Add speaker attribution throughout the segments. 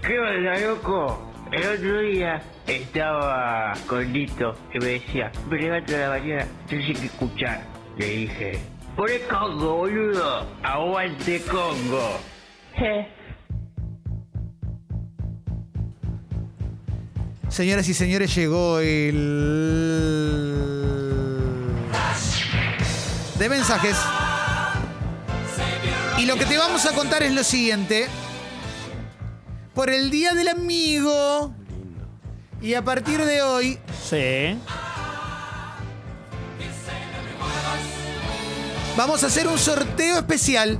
Speaker 1: Esteban, la loco. El otro día estaba con Lito y me decía, me levanto a la mañana, tienes que escuchar. Le dije, pone Congo, boludo. Aguante Congo.
Speaker 2: Señoras y señores, llegó el. de mensajes. Y lo que te vamos a contar es lo siguiente. Por el Día del Amigo. Y a partir de hoy,
Speaker 3: Sí.
Speaker 2: Vamos a hacer un sorteo especial.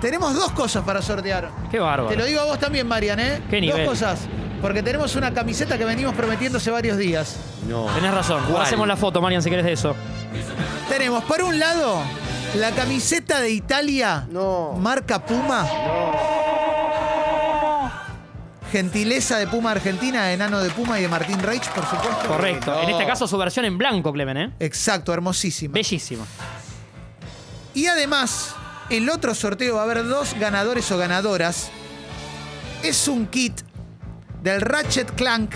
Speaker 2: Tenemos dos cosas para sortear.
Speaker 3: Qué bárbaro.
Speaker 2: Te lo digo a vos también, Marian, ¿eh?
Speaker 3: Qué nivel.
Speaker 2: Dos cosas. Porque tenemos una camiseta que venimos prometiendo hace varios días.
Speaker 4: No.
Speaker 3: Tenés razón. Ahora
Speaker 4: Oh. ¿Cuál?
Speaker 3: hacemos la foto, Marian, si querés de eso.
Speaker 2: Tenemos, por un lado, la camiseta de Italia.
Speaker 4: No.
Speaker 2: Marca Puma. Gentileza de Puma Argentina, enano de Puma y de Martín Reich, por supuesto.
Speaker 3: Correcto. En este caso, su versión en blanco, Clemen, ¿eh?
Speaker 2: Exacto, hermosísima.
Speaker 3: Bellísimo.
Speaker 2: Y además, el otro sorteo va a haber dos ganadores o ganadoras. Es un kit del Ratchet Clank,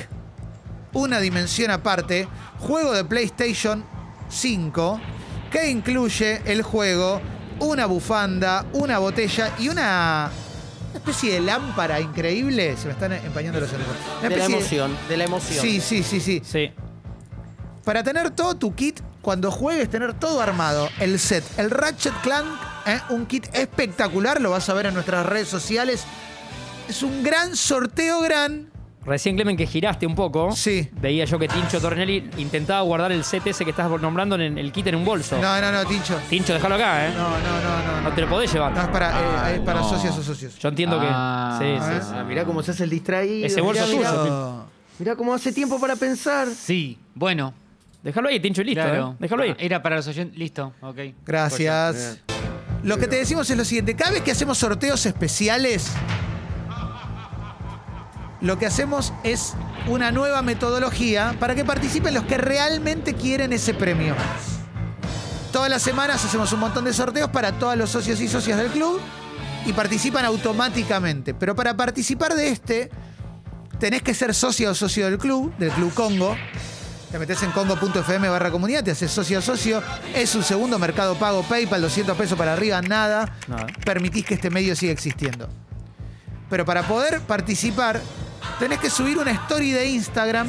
Speaker 2: una dimensión aparte, juego de PlayStation 5, que incluye el juego, una bufanda, una botella y una especie de lámpara increíble. Se me están empañando los ojos. Una
Speaker 4: De la
Speaker 2: especie de-
Speaker 4: emoción, de la emoción.
Speaker 2: Sí, sí, sí, sí.
Speaker 3: Sí.
Speaker 2: Para tener todo tu kit, cuando juegues, tener todo armado. El set, el Ratchet Clank, ¿eh? un kit espectacular, lo vas a ver en nuestras redes sociales. Es un gran sorteo, gran.
Speaker 3: Recién, Clemen, que giraste un poco.
Speaker 2: Sí.
Speaker 3: Veía yo que Tincho Tornelli intentaba guardar el set ese que estás nombrando en el kit en un bolso.
Speaker 2: No, no, no, Tincho.
Speaker 3: Tincho, déjalo acá, ¿eh?
Speaker 2: No, no, no, no.
Speaker 3: No te lo podés llevar.
Speaker 2: No, es para, eh,
Speaker 4: Ah,
Speaker 2: es para
Speaker 4: no.
Speaker 2: socias o socios.
Speaker 3: Yo entiendo
Speaker 4: Ah,
Speaker 3: que. Sí, sí, sí.
Speaker 4: ah, mirá cómo se hace el distraído.
Speaker 3: Ese bolso
Speaker 4: mirá,
Speaker 3: es tuyo.
Speaker 4: mirá,
Speaker 2: Oh.
Speaker 4: mirá cómo hace tiempo para pensar.
Speaker 5: Sí, bueno.
Speaker 3: Déjalo ahí, Tincho, y listo.
Speaker 5: claro.
Speaker 3: ¿eh? Déjalo
Speaker 5: Ah,
Speaker 3: ahí.
Speaker 5: Era para los oyentes. Listo, ok.
Speaker 2: Gracias. Lo que te decimos es lo siguiente. Cada vez que hacemos sorteos especiales, lo que hacemos es una nueva metodología para que participen los que realmente quieren ese premio. Todas las semanas hacemos un montón de sorteos para todos los socios y socias del club y participan automáticamente. Pero para participar de este, tenés que ser socio o socio del club, del Club Congo. Te metes en congo.fm barra comunidad, te haces socio o socio. Es un segundo mercado pago PayPal, 200 pesos para arriba, nada.
Speaker 3: Nada.
Speaker 2: Permitís que este medio siga existiendo. Pero para poder participar, tenés que subir una story de Instagram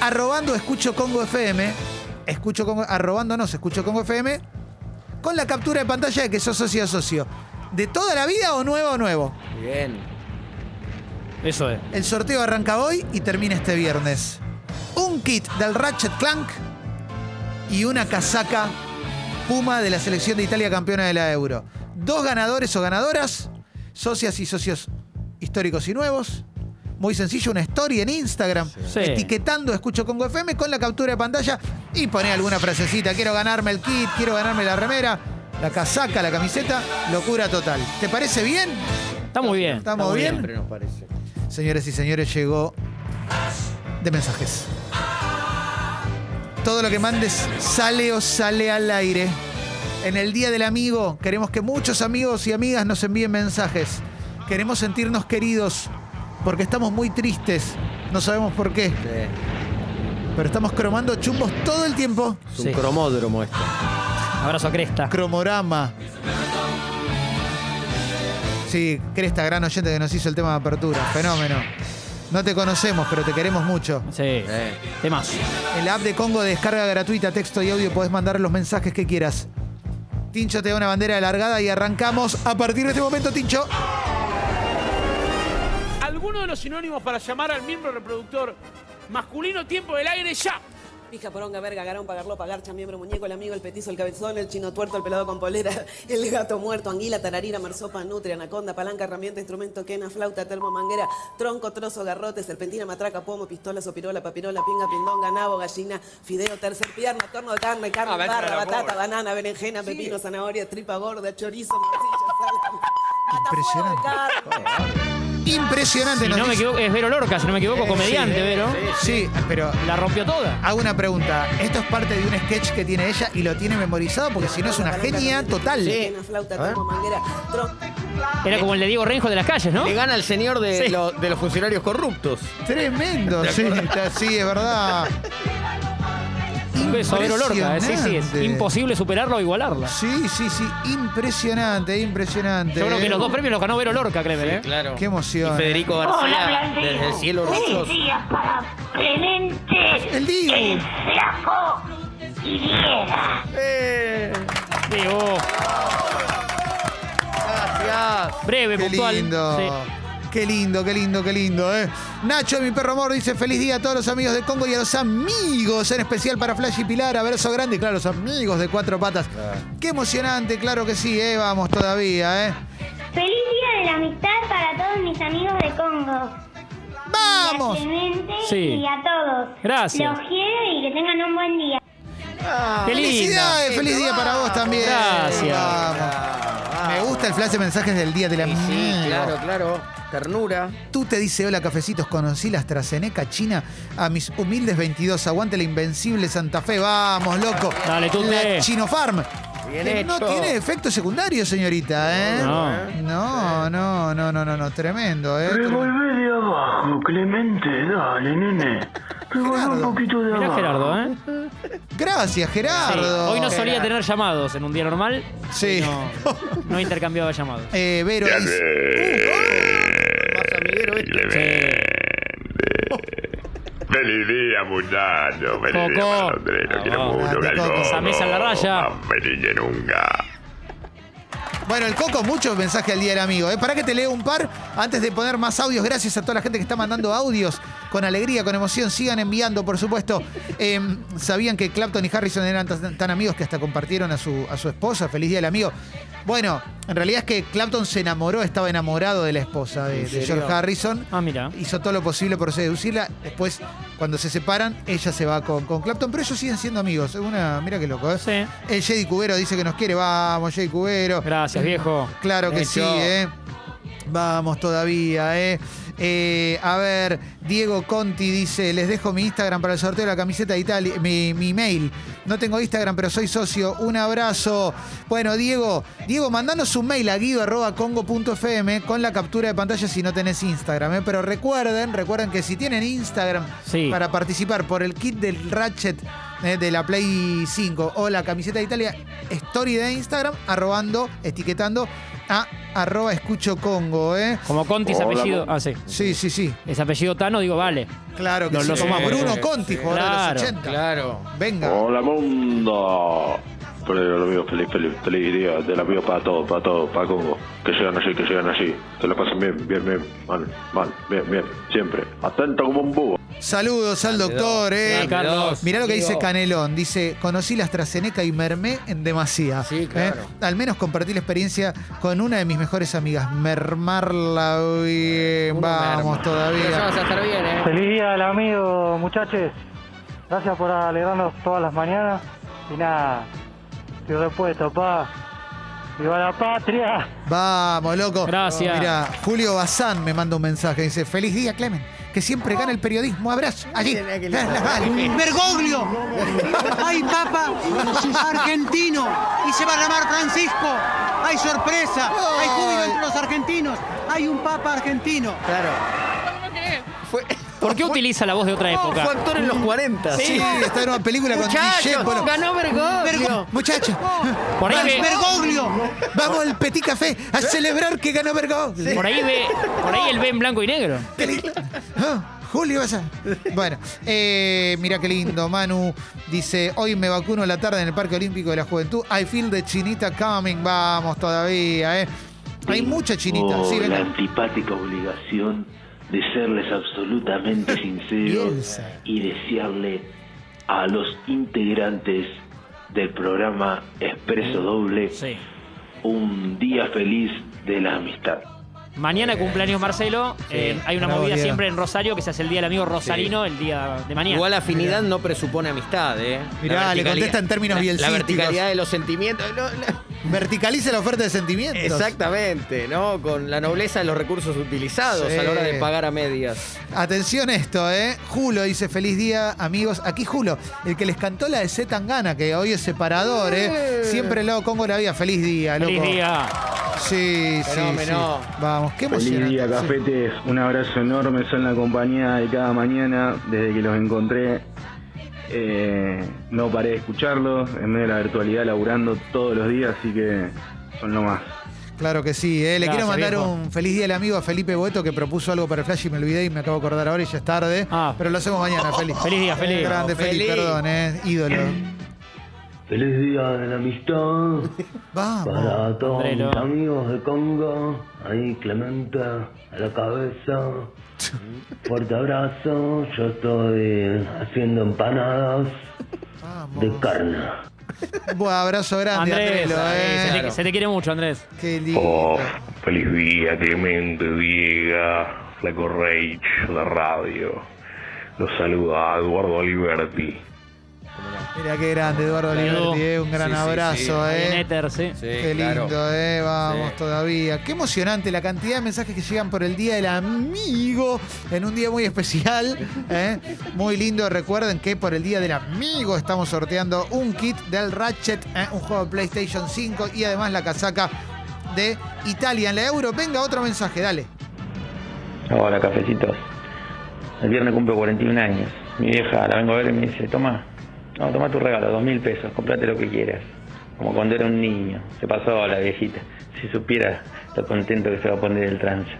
Speaker 2: arrobando escucho Congo FM. Escucho Congo, arrobándonos, escucho Congo FM. Con la captura de pantalla de que sos socio o socio. ¿De toda la vida o nuevo o nuevo?
Speaker 4: Bien.
Speaker 3: Eso es.
Speaker 2: El sorteo arranca hoy y termina este viernes. Un kit del Ratchet Clank y una casaca Puma de la selección de Italia campeona de la Euro. Dos ganadores o ganadoras, socias y socios históricos y nuevos. Muy sencillo, una story en Instagram,
Speaker 3: Sí.
Speaker 2: etiquetando Escucho Congo FM con la captura de pantalla y pone alguna frasecita. Quiero ganarme el kit, quiero ganarme la remera, la casaca, la camiseta. Locura total. ¿Te parece bien?
Speaker 3: Está muy bien.
Speaker 2: ¿Estamos
Speaker 3: Está muy
Speaker 2: bien?
Speaker 4: Siempre nos parece.
Speaker 2: Señores y señores, llegó de mensajes. Todo lo que mandes sale o sale al aire. En el Día del Amigo queremos que muchos amigos y amigas nos envíen mensajes. Queremos sentirnos queridos porque estamos muy tristes. No sabemos por qué,
Speaker 4: Sí.
Speaker 2: pero estamos cromando chumbos todo el tiempo.
Speaker 4: Es un
Speaker 3: Sí.
Speaker 4: cromódromo esto.
Speaker 3: Abrazo a Cresta.
Speaker 2: Cromorama. Sí, Cresta, gran oyente que nos hizo el tema de apertura. Fenómeno. No te conocemos, pero te queremos mucho.
Speaker 3: Sí.
Speaker 4: Eh.
Speaker 3: Temas.
Speaker 2: El app de Congo de descarga gratuita, texto y audio, podés mandar los mensajes que quieras. Tincho te da una bandera alargada y arrancamos a partir de este momento, Tincho.
Speaker 6: Algunos de los sinónimos para llamar al miembro reproductor masculino tiempo del aire ya.
Speaker 7: Pija, poronga, verga, garón, pagarlopa, garcha, miembro, muñeco, el amigo, el petizo, el cabezón, el chino tuerto, el pelado con polera, el gato muerto, anguila, tararira, marsopa, nutria, anaconda, palanca, herramienta, instrumento, quena, flauta, termo, manguera, tronco, trozo, garrote, serpentina, matraca, pomo, pistola, sopirola, papirola, pinga, pindonga, nabo, gallina, fideo, tercer pierna, torno de carne, carne, barra, batata, banana, berenjena, pepino, zanahoria, tripa gorda, chorizo, morcilla, Salam. Matafuego de
Speaker 2: Impresionante.
Speaker 7: carne.
Speaker 2: Impresionante.
Speaker 3: Si
Speaker 2: nos
Speaker 3: no me
Speaker 2: dice- Eh,
Speaker 3: equivoco, es Vero Lorca, si no me equivoco, comediante, Vero.
Speaker 2: Sí, pero
Speaker 3: La rompió toda.
Speaker 2: hago una pregunta. Esto es parte de un sketch que tiene ella y lo tiene memorizado porque si no es una genia total.
Speaker 7: Quena, flauta, termo, manguera, tron-
Speaker 3: Era como el de Diego Renjo de las calles, ¿no?
Speaker 4: Le gana al señor de,
Speaker 3: Sí.
Speaker 4: lo- de los funcionarios corruptos.
Speaker 2: Tremendo, sí, está- sí, es verdad.
Speaker 3: Un beso a Vero Lorca. eh. Sí, sí, es
Speaker 2: Impresionante.
Speaker 3: imposible superarla o igualarla.
Speaker 2: Sí, sí, sí, impresionante, impresionante.
Speaker 3: Yo creo
Speaker 2: eh.
Speaker 3: que los dos premios los ganó Vero Lorca, Clemen, ¿eh?
Speaker 4: Claro.
Speaker 2: Qué emoción.
Speaker 4: Y Federico
Speaker 8: Hola,
Speaker 4: García,
Speaker 8: Blandino.
Speaker 4: desde el cielo
Speaker 8: Un
Speaker 4: rojos.
Speaker 8: día para Clemente.
Speaker 2: El Dibu.
Speaker 8: El flaco y Viera.
Speaker 3: Sí, vos.
Speaker 4: Gracias.
Speaker 3: Breve,
Speaker 2: Qué
Speaker 3: puntual.
Speaker 2: lindo.
Speaker 3: Sí.
Speaker 2: Qué lindo, qué lindo, qué lindo, ¿eh? Nacho, mi perro amor, dice feliz día a todos los amigos de Congo y a los amigos, en especial para Flash y Pilar, abrazo grande, claro, los amigos de Cuatro Patas. Qué emocionante, claro que sí, ¿eh? Vamos todavía, ¿eh?
Speaker 8: Feliz día de la amistad para todos mis amigos de Congo.
Speaker 2: ¡Vamos!
Speaker 8: Y a Clemente
Speaker 3: Sí.
Speaker 8: y a todos.
Speaker 3: Gracias.
Speaker 8: Los quiero y que tengan un buen día.
Speaker 3: Qué linda.
Speaker 2: Ah, ¡Felicidades! ¡Feliz día para vos también!
Speaker 3: Gracias.
Speaker 2: Vamos. Me gusta el flash de mensajes del día de la
Speaker 4: Sí, sí, claro, claro. Ternura.
Speaker 2: Tú te dice, hola cafecitos, conocí la AstraZeneca china a mis humildes 22. Aguante la invencible Santa Fe. Vamos, loco.
Speaker 3: Dale, Tute.
Speaker 2: La Chino Farm.
Speaker 4: Bien
Speaker 2: Que No
Speaker 4: hecho.
Speaker 2: tiene efectos secundarios, señorita, ¿eh?
Speaker 3: No.
Speaker 2: No, no, no, no, no, no. Tremendo, ¿eh?
Speaker 1: Revolvé de abajo, Clemente, dale, nene. Revolvé un
Speaker 2: Gerardo.
Speaker 1: poquito de
Speaker 3: Mirá
Speaker 1: abajo.
Speaker 3: Gerardo, ¿eh?
Speaker 2: Gracias,
Speaker 3: Sí.
Speaker 2: Gerardo.
Speaker 3: Hoy no solía tener llamados en un día normal.
Speaker 2: Sí.
Speaker 3: No, no intercambiaba llamados.
Speaker 2: Eh, Vero
Speaker 4: Más amiguero este.
Speaker 3: Sí.
Speaker 9: Feliz día, muchacho. Feliz día,
Speaker 3: Coco.
Speaker 9: malandrino.
Speaker 3: Ah,
Speaker 9: Quiero
Speaker 3: vamos.
Speaker 9: mucho,
Speaker 2: Grande, Coco.
Speaker 9: calvo.
Speaker 3: Esa mesa en la raya.
Speaker 9: Más feliz que nunca.
Speaker 2: Bueno, el Coco, muchos mensajes al día del amigo. ¿eh? Para que te leo un par antes de poner más audios. Gracias a toda la gente que está mandando audios con alegría, con emoción. Sigan enviando, por supuesto. Eh, Sabían que Clapton y Harrison eran tan, tan amigos que hasta compartieron a su, a su esposa. Feliz día del amigo. Bueno, en realidad es que Clapton se enamoró, estaba enamorado de la esposa de, de George Harrison.
Speaker 3: Ah, mira.
Speaker 2: Hizo todo lo posible por seducirla. Después, cuando se separan, ella se va con, con Clapton. Pero ellos siguen siendo amigos. Es Una, mira qué loco, ¿eh?
Speaker 3: Sí.
Speaker 2: El Jedi Cubero dice que nos quiere. Vamos, Jedi Cubero.
Speaker 3: Gracias, viejo.
Speaker 2: Claro que
Speaker 4: Hecho.
Speaker 2: sí, ¿eh? Vamos todavía, ¿eh? Eh, A ver, Diego Conti dice, les dejo mi Instagram para el sorteo de la camiseta de Italia, mi, mi mail. No tengo Instagram, pero soy socio. Un abrazo. Bueno, Diego, Diego, mandanos un mail a guido.congo.fm con la captura de pantalla si no tenés Instagram, ¿eh? Pero recuerden, recuerden que si tienen Instagram
Speaker 3: Sí.
Speaker 2: para participar por el kit del Ratchet eh, de la Play 5 o la camiseta de Italia, story de Instagram, arrobando, etiquetando a arroba escucho Congo, ¿eh?
Speaker 3: Como Conti es
Speaker 9: Hola,
Speaker 3: apellido.
Speaker 9: mo-
Speaker 3: Ah, sí.
Speaker 2: Sí, sí, sí.
Speaker 3: Es apellido Tano, digo, vale.
Speaker 2: Claro que
Speaker 3: No
Speaker 2: sí.
Speaker 3: lo
Speaker 2: Como
Speaker 3: sé.
Speaker 2: Bruno Conti, jugador de
Speaker 3: Claro,
Speaker 2: los 80.
Speaker 4: Claro.
Speaker 2: Venga.
Speaker 9: Hola, mundo. Pero lo mío, feliz, feliz, feliz día del amigo para todos, para todos, para Congo. Que llegan así, que llegan así. Que lo pasen bien, bien, bien, mal, mal, bien, bien, siempre. Atento como un búho.
Speaker 2: Saludos al doctor, ¿eh?
Speaker 3: Grande, Carlos.
Speaker 2: Mirá lo que
Speaker 4: Diego.
Speaker 2: dice Canelón. Dice, conocí la AstraZeneca y mermé en demasía.
Speaker 4: Sí, claro.
Speaker 2: ¿Eh? Al menos compartí la experiencia con una de mis mejores amigas. Mermarla bien.
Speaker 4: Uno
Speaker 2: Vamos
Speaker 4: merma. Pero ya
Speaker 2: todavía.
Speaker 4: vas a estar bien, ¿eh?
Speaker 10: Feliz día del amigo, muchachos. Gracias por alegrarnos todas las mañanas. Y nada, estoy repuesto, pa. ¡Viva la patria!
Speaker 2: Vamos, loco.
Speaker 3: Gracias.
Speaker 2: Mira, Julio Bazán me manda un mensaje. Dice, feliz día, Clemen. Que siempre gana el periodismo. Abrazo. Allí.
Speaker 11: Bergoglio, hay papa argentino y se va a llamar Francisco. Hay sorpresa, hay júbilo entre los argentinos, hay un papa argentino.
Speaker 4: Claro. Fue,
Speaker 3: ¿Por qué utiliza la voz de otra
Speaker 4: fue
Speaker 3: época?
Speaker 4: actor en los 40.
Speaker 2: Sí, está en una película con
Speaker 4: Muchachos,
Speaker 2: Discepolo.
Speaker 4: ganó Bergoglio.
Speaker 2: Muchachos,
Speaker 3: Por ahí ve,
Speaker 11: Bergoglio,
Speaker 2: vamos al Petit Café a celebrar que ganó Bergoglio.
Speaker 3: por ahí ve, por ahí él ve en blanco y negro.
Speaker 2: Qué lindo. Ah, Julio vas a- Bueno, eh, mira qué lindo. Manu dice, hoy me vacuno a la tarde en el Parque Olímpico de la Juventud. I feel the chinita coming. Vamos todavía, eh. Hay mucha chinita. Sí, venga.
Speaker 1: antipática obligación de serles absolutamente sinceros
Speaker 2: Bielsa.
Speaker 1: y desearle a los integrantes del programa Expreso Doble
Speaker 3: Sí.
Speaker 1: un día feliz de la amistad.
Speaker 3: Mañana cumpleaños Marcelo. Eh, hay una
Speaker 2: Bravo,
Speaker 3: movida
Speaker 2: Diego.
Speaker 3: siempre en Rosario que se hace el día del amigo Rosalino el día de mañana.
Speaker 4: Igual afinidad no presupone amistad, ¿eh? La
Speaker 2: Mirá, le
Speaker 4: verticalidad-
Speaker 2: contesta en términos
Speaker 4: la- La
Speaker 2: bielcísticos.
Speaker 4: verticalidad de los sentimientos. no, la-
Speaker 2: Verticalice la oferta de sentimientos.
Speaker 4: Exactamente, ¿no? Con la nobleza de los recursos utilizados
Speaker 2: Sí.
Speaker 4: a la hora de pagar a medias.
Speaker 2: Atención esto, ¿eh? Julo dice, feliz día, amigos. Aquí Julo, el que les cantó la de Z Tangana, que hoy es separador, ¿eh? Siempre loco, Congo la vida. Feliz día, loco.
Speaker 3: Feliz día.
Speaker 2: Sí, sí,
Speaker 4: Fenómeno.
Speaker 2: sí. Vamos, qué emoción.
Speaker 1: Feliz día, cafetes. Un abrazo enorme. Son la compañía de cada mañana desde que los encontré. Eh, no paré de escucharlos en medio de la virtualidad, laburando todos los días, así que son lo más.
Speaker 2: Claro que sí, ¿eh? Le
Speaker 1: Gracias,
Speaker 2: quiero mandar
Speaker 1: viejo.
Speaker 2: un feliz día al amigo a Felipe Boeto que propuso algo para el flash y me olvidé y me acabo de acordar ahora y ya es tarde. Pero lo hacemos mañana, feliz.
Speaker 3: Ah. Feliz día, feliz.
Speaker 2: grande, feliz,
Speaker 3: Feliz.
Speaker 2: perdón, ¿eh? Ídolo.
Speaker 12: Feliz día de la amistad.
Speaker 2: Vamos.
Speaker 12: Para todos
Speaker 2: Andrelo.
Speaker 12: mis amigos de Congo. Ahí Clementa a la cabeza. Fuerte abrazo. Yo estoy haciendo empanadas de carne.
Speaker 2: Buen abrazo grande,
Speaker 3: Andrés,
Speaker 2: Andrelo,
Speaker 3: ahí,
Speaker 2: ¿eh?
Speaker 3: se, te, se te quiere mucho, Andrés.
Speaker 2: Qué lindo.
Speaker 13: Oh, feliz día, Clemente, Diego, Flaco Reich, la radio. Los saluda Eduardo Oliverti.
Speaker 2: Mira qué grande, Eduardo Liberti, ¿eh? un gran
Speaker 3: Sí, sí,
Speaker 2: abrazo,
Speaker 3: sí.
Speaker 2: ¿eh?
Speaker 3: Ahí en Éter, sí.
Speaker 2: Qué lindo, eh, vamos
Speaker 3: Sí.
Speaker 2: todavía. Qué emocionante la cantidad de mensajes que llegan por el Día del Amigo en un día muy especial. ¿eh? Muy lindo, recuerden que por el Día del Amigo estamos sorteando un kit del Ratchet, ¿eh? un juego de PlayStation 5 y además la casaca de Italia en la Euro. Venga, otro mensaje, dale.
Speaker 14: Hola, cafecitos. El viernes cumplo 41 años. Mi vieja la vengo a ver y me dice, toma, no, toma tu regalo, dos mil pesos, comprate lo que quieras. Como cuando era un niño. Se pasó la viejita. Si supiera lo contento que se va a poner el trance.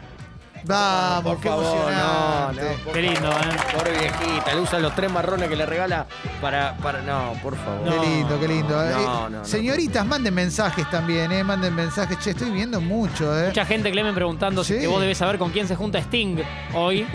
Speaker 2: Vamos,
Speaker 4: Oh, por
Speaker 2: qué
Speaker 4: favor, no,
Speaker 2: emocionante.
Speaker 4: no, Qué lindo, ¿eh? Pobre viejita, le usan los tres marrones que le regala para. para no, por favor.
Speaker 2: Qué lindo, qué lindo. eh.
Speaker 4: No, no, no.
Speaker 2: Señoritas, manden mensajes también, ¿eh? manden mensajes. Che, estoy viendo mucho, ¿eh?
Speaker 3: Mucha gente, Clemen, preguntando si que vos debes saber con quién se junta Sting hoy.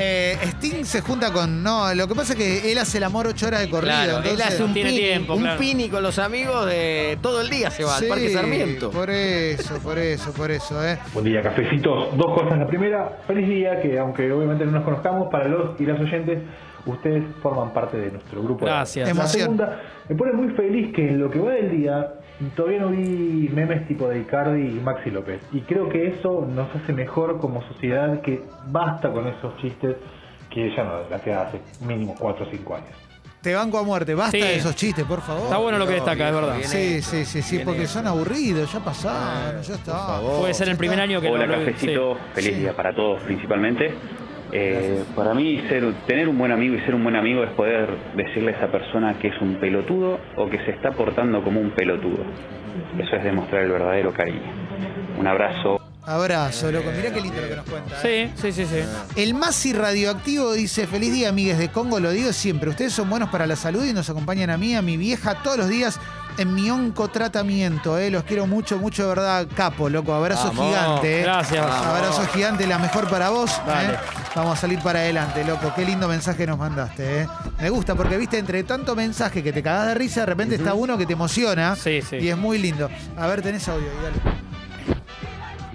Speaker 2: Eh, Sting se junta con. No, lo que pasa es que él hace el amor ocho horas de corrido.
Speaker 4: Claro, él
Speaker 2: entonces-
Speaker 4: hace un pini, un pini con los amigos de todo el día se va
Speaker 2: Sí,
Speaker 4: al Parque Sarmiento.
Speaker 2: Por eso, por eso, por eso, ¿eh?
Speaker 15: Buen día, cafecitos. Dos cosas. La primera, feliz día, que aunque obviamente no nos conozcamos, para los y las oyentes, ustedes forman parte de nuestro grupo. de-
Speaker 2: Gracias.
Speaker 15: La
Speaker 2: Emoción.
Speaker 15: segunda, me pone muy feliz que en lo que va del día, todavía no vi memes tipo de Icardi y Maxi López. Y creo que eso nos hace mejor como sociedad, que basta con esos chistes que ya no, la que hace mínimo 4 o 5 años.
Speaker 2: Te banco a muerte, basta de esos chistes, por favor.
Speaker 3: Está bueno lo que destaca, es verdad.
Speaker 2: Sí, sí, sí, sí, porque son aburridos, ya pasaron, ya está.
Speaker 3: Puede ser el primer año que
Speaker 16: Hola,
Speaker 3: lo- lo-
Speaker 16: cafecito. Feliz día para todos, principalmente. Eh, para mí, ser, tener un buen amigo y ser un buen amigo es poder decirle a esa persona que es un pelotudo o que se está portando como un pelotudo. Eso es demostrar el verdadero cariño. Un abrazo.
Speaker 2: Abrazo, loco. Mirá qué lindo lo que nos cuenta. eh.
Speaker 3: Sí, sí, sí, sí.
Speaker 2: El Masi Radioactivo dice, feliz día, amigues de Congo, lo digo siempre. Ustedes son buenos para la salud y nos acompañan a mí, a mi vieja, todos los días en mi oncotratamiento. ¿eh? Los quiero mucho, mucho, de verdad, capo, loco. Abrazo
Speaker 3: Vamos.
Speaker 2: gigante. ¿eh?
Speaker 3: Gracias. Vamos.
Speaker 2: Abrazo gigante, la mejor para vos. ¿eh?
Speaker 3: Dale.
Speaker 2: Vamos a salir para adelante, loco. Qué lindo mensaje nos mandaste. ¿eh? Me gusta porque, viste, entre tanto mensaje que te cagás de risa, de repente está uno que te emociona.
Speaker 3: sí.
Speaker 2: Y es muy lindo. A ver, tenés audio, y dale.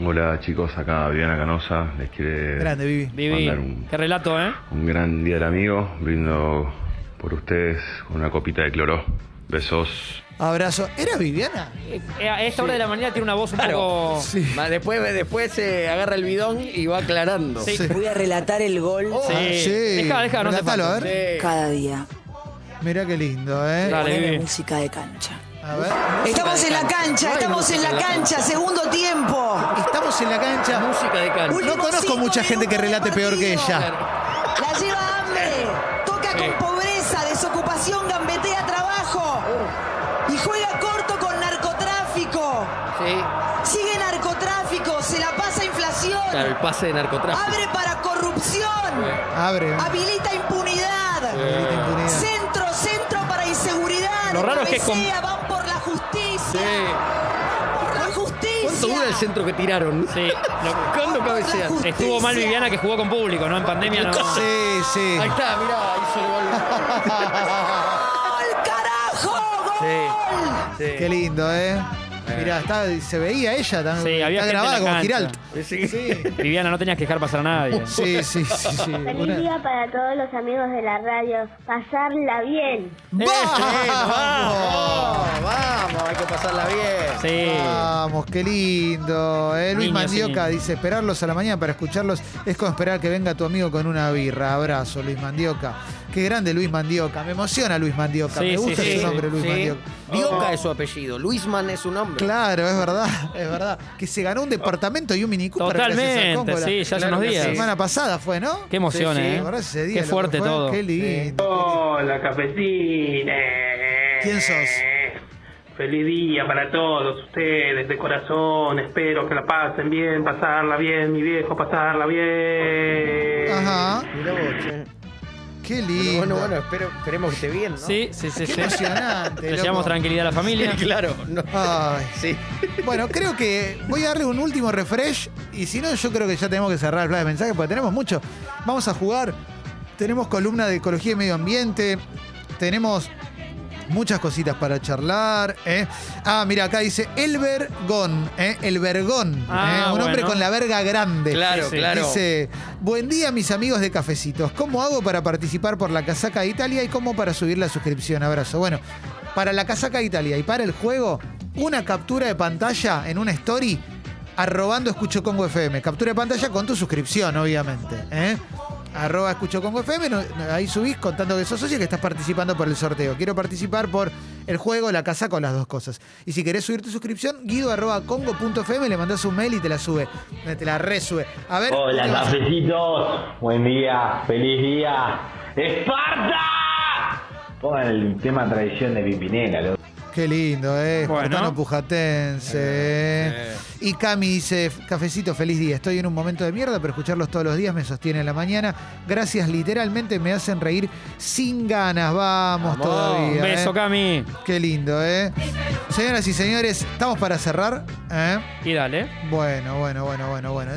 Speaker 9: Hola chicos, acá Viviana Canosa, les quiere
Speaker 2: Grande, Vivi.
Speaker 3: Vivi,
Speaker 9: mandar un,
Speaker 3: qué relato, ¿eh?
Speaker 9: un gran día del amigo, brindo por ustedes con una copita de cloro. Besos.
Speaker 2: Abrazo. ¿Era Viviana?
Speaker 3: Eh, A esta hora de la mañana tiene una voz un poco...
Speaker 4: Va, Después, después se agarra el bidón y va aclarando.
Speaker 3: Sí. Sí.
Speaker 4: Voy a relatar el gol.
Speaker 2: Oh.
Speaker 3: Sí. Deja, deja, no se
Speaker 2: Relatalo,
Speaker 3: falta.
Speaker 2: a ver.
Speaker 7: Cada día.
Speaker 2: Mirá qué lindo, ¿eh?
Speaker 7: Poneme música de cancha.
Speaker 2: A ver.
Speaker 7: Estamos en la cancha, estamos en la cancha, segundo tiempo.
Speaker 2: Estamos en la cancha.
Speaker 4: Música de cancha.
Speaker 2: No conozco mucha gente que relate peor que ella.
Speaker 7: La lleva hambre, toca con pobreza, desocupación, gambetea trabajo. Y juega corto con narcotráfico. Sigue narcotráfico, se la pasa a inflación.
Speaker 4: Claro, el pase de narcotráfico.
Speaker 7: Abre para corrupción.
Speaker 2: Abre.
Speaker 7: Habilita impunidad.
Speaker 4: Habilita impunidad.
Speaker 7: Centro, centro para inseguridad.
Speaker 4: Lo raro es que es con-
Speaker 7: Cabecea, van por la justicia. Por la justicia.
Speaker 4: ¿Cuánto dura el centro que tiraron?
Speaker 3: Sí.
Speaker 4: ¿Cuándo cabecea?
Speaker 3: Estuvo mal Viviana que jugó con público, ¿no? En pandemia no.
Speaker 2: Sí, sí.
Speaker 4: Ahí está, mirá, hizo el gol.
Speaker 7: ¡Gol, carajo!
Speaker 4: Sí.
Speaker 2: Qué lindo, ¿eh? Mirá, está- se veía ella también.
Speaker 3: Sí, había gente
Speaker 2: está
Speaker 3: en
Speaker 2: grabada
Speaker 3: la
Speaker 2: como
Speaker 3: cancha.
Speaker 2: Giralt.
Speaker 3: Viviana, no tenías que dejar pasar a nadie.
Speaker 2: Sí, sí, sí, sí.
Speaker 8: Feliz día para todos los amigos de la radio. Pasarla bien.
Speaker 4: ¡Vamos! Oh, ¡Vamos! Hay que pasarla bien.
Speaker 2: Vamos, qué lindo. eh. Luis
Speaker 4: Niños y
Speaker 2: Mandioca
Speaker 4: niñas.
Speaker 2: dice, esperarlos a la mañana para escucharlos es como esperar que venga tu amigo con una birra. Abrazo, Luis Mandioca. Qué grande Luis Mandioca. Me emociona Luis Mandioca. Me gusta ese nombre, Luis
Speaker 4: sí.
Speaker 2: Mandioca.
Speaker 4: Dioca es su apellido. Luisman es su nombre.
Speaker 2: Claro, es verdad, es verdad. Que se ganó un departamento y un mini Cooper gracias a
Speaker 3: Totalmente,
Speaker 2: Cómbola.
Speaker 3: sí, ya hace
Speaker 2: Claro
Speaker 3: unos
Speaker 2: que La
Speaker 3: días.
Speaker 2: semana pasada fue, ¿no?
Speaker 3: Qué emoción, ¿eh?
Speaker 2: ¿te acordás ese día,
Speaker 3: Qué
Speaker 2: lo que
Speaker 3: fuerte
Speaker 2: fue?
Speaker 3: todo.
Speaker 2: Qué lindo.
Speaker 1: Hola, cafecines.
Speaker 2: ¿Quién sos?
Speaker 1: Feliz día para todos ustedes, de corazón. Espero que la pasen bien, pasarla bien, mi viejo, pasarla bien.
Speaker 2: Ajá.
Speaker 4: Mirá vos, che.
Speaker 2: Qué lindo.
Speaker 4: Bueno, bueno, espero- esperemos que esté bien, ¿no?
Speaker 3: Sí, sí, sí.
Speaker 4: Qué
Speaker 3: sí.
Speaker 4: emocionante,
Speaker 3: Le
Speaker 4: loco.
Speaker 3: llevamos tranquilidad a la familia.
Speaker 4: claro. no.
Speaker 2: Ay.
Speaker 4: Sí.
Speaker 2: Bueno, creo que voy a darle un último refresh y si no, yo creo que ya tenemos que cerrar el plan de mensajes porque tenemos mucho. Vamos a jugar, tenemos columna de ecología y medio ambiente, tenemos muchas cositas para charlar. ¿eh? Ah, mira, acá dice el vergón, ¿eh? el vergón,
Speaker 4: Ah,
Speaker 2: ¿eh? un hombre
Speaker 4: bueno.
Speaker 2: con la verga grande.
Speaker 4: Claro, Sí, sí. claro.
Speaker 2: Dice, buen día mis amigos de cafecitos, ¿cómo hago para participar por la casaca de Italia y cómo para subir la suscripción? Abrazo. Bueno, para la casaca de Italia y para el juego, una captura de pantalla en una story arrobando Escucho Congo FM. Captura de pantalla con tu suscripción, obviamente. ¿eh? Arroba Escucho Congo FM, no- no- ahí subís contando que sos socio y que estás participando por el sorteo. Quiero participar por el juego, la casaca o las dos cosas. Y si querés subir tu suscripción, guido arroba congo.fm, le mandás un mail y te la sube. Eh, Te la resube. A ver.
Speaker 17: Hola,
Speaker 2: ¿qué vas a-
Speaker 17: cafecitos. Buen día, feliz día. ¡Esparta! Pongan el tema tradición de Pimpinela, loco.
Speaker 2: Qué lindo, ¿eh?
Speaker 17: Bueno.
Speaker 2: Espartano Pujatense. ¿eh? Y Cami dice, cafecito, feliz día. Estoy en un momento de mierda, pero escucharlos todos los días me sostiene en la mañana. Gracias, literalmente me hacen reír sin ganas. Vamos,
Speaker 3: Vamos.
Speaker 2: todavía.
Speaker 3: Un beso,
Speaker 2: ¿eh?
Speaker 3: Cami.
Speaker 2: Qué lindo, ¿eh? Señoras y señores, estamos para cerrar. ¿eh?
Speaker 3: Y dale.
Speaker 2: Bueno, bueno, bueno, bueno, bueno.